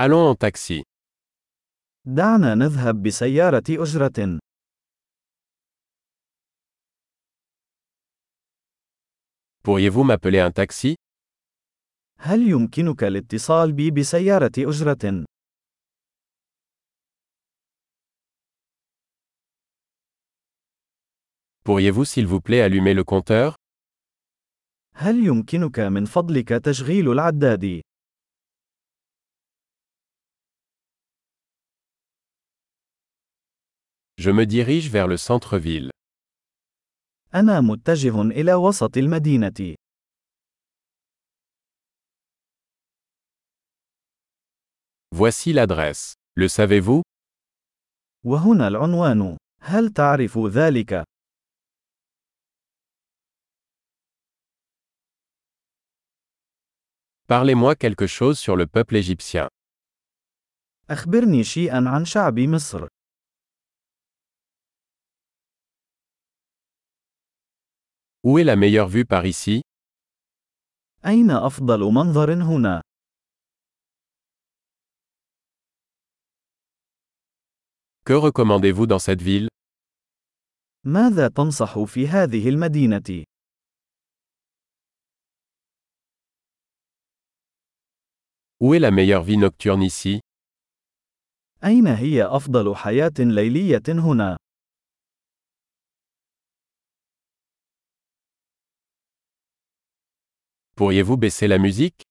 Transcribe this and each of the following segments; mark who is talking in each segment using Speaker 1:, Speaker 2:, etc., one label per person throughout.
Speaker 1: Allons en taxi.
Speaker 2: دعنا نذهب بسيارة أجرة.
Speaker 1: Pourriez-vous m'appeler un taxi
Speaker 2: هل يمكنك الاتصال بي بسيارة أجرة؟
Speaker 1: Pourriez-vous s'il vous plaît allumer le compteur
Speaker 2: هل يمكنك من فضلك تشغيل العداد؟
Speaker 1: Je me dirige vers le centre-ville.
Speaker 2: أنا متجه إلى وسط المدينة.
Speaker 1: Voici l'adresse. Le savez-vous
Speaker 2: وهنا العنوان. هل تعرف ذلك؟
Speaker 1: Parlez-moi quelque chose sur le peuple égyptien.
Speaker 2: أخبرني شيئا عن شعب مصر.
Speaker 1: Où est la meilleure vue par ici
Speaker 2: أين أفضل منظر هنا؟
Speaker 1: Que recommandez-vous dans cette ville
Speaker 2: ماذا تنصح في هذه المدينة؟
Speaker 1: Où est la meilleure vie nocturne ici
Speaker 2: أين هي أفضل حياة ليلية هنا؟
Speaker 1: Pourriez-vous baisser la musique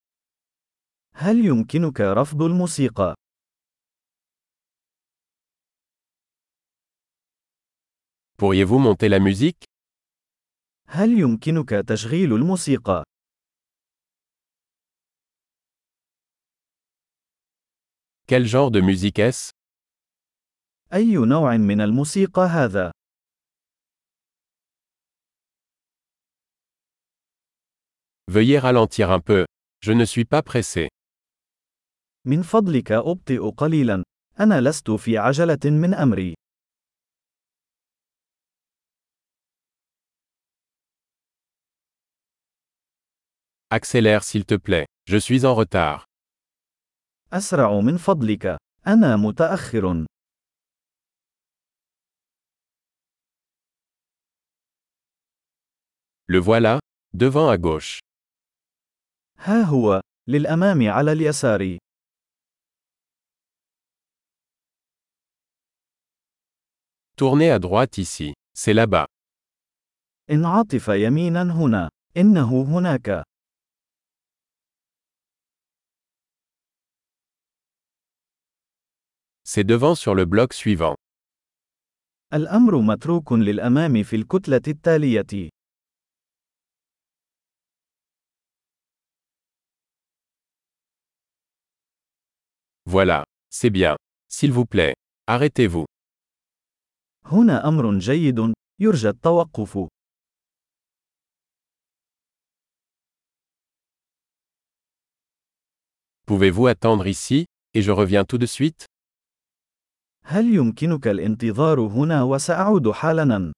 Speaker 2: هل يمكنك رفض الموسيقى؟
Speaker 1: Pourriez-vous monter la musique
Speaker 2: هل يمكنك تشغيل الموسيقى؟
Speaker 1: Quel genre de musique est-ce
Speaker 2: أي نوع من الموسيقى هذا؟
Speaker 1: Veuillez ralentir un peu. Je ne suis pas pressé.
Speaker 2: من فضلك أبطئ قليلا. أنا لست في عجلة من أمري.
Speaker 1: Accélère s'il te plaît. Je suis en retard.
Speaker 2: أسرع من فضلك. أنا متأخر.
Speaker 1: Le voilà, devant à gauche.
Speaker 2: ها هو. للأمام على اليسار.
Speaker 1: Tournez à droite ici. C'est là-bas.
Speaker 2: انعطف يمينا هنا. إنه هناك.
Speaker 1: C'est devant sur le bloc suivant.
Speaker 2: الأمر متروك للأمام في الكتلة التالية.
Speaker 1: Voilà. C'est bien. S'il vous plaît. Arrêtez-vous.
Speaker 2: هنا أمر جيد. يرجى التوقف.
Speaker 1: Pouvez-vous attendre ici, et je reviens tout de suite
Speaker 2: هل يمكنك الانتظار هنا وسأعود حالاً؟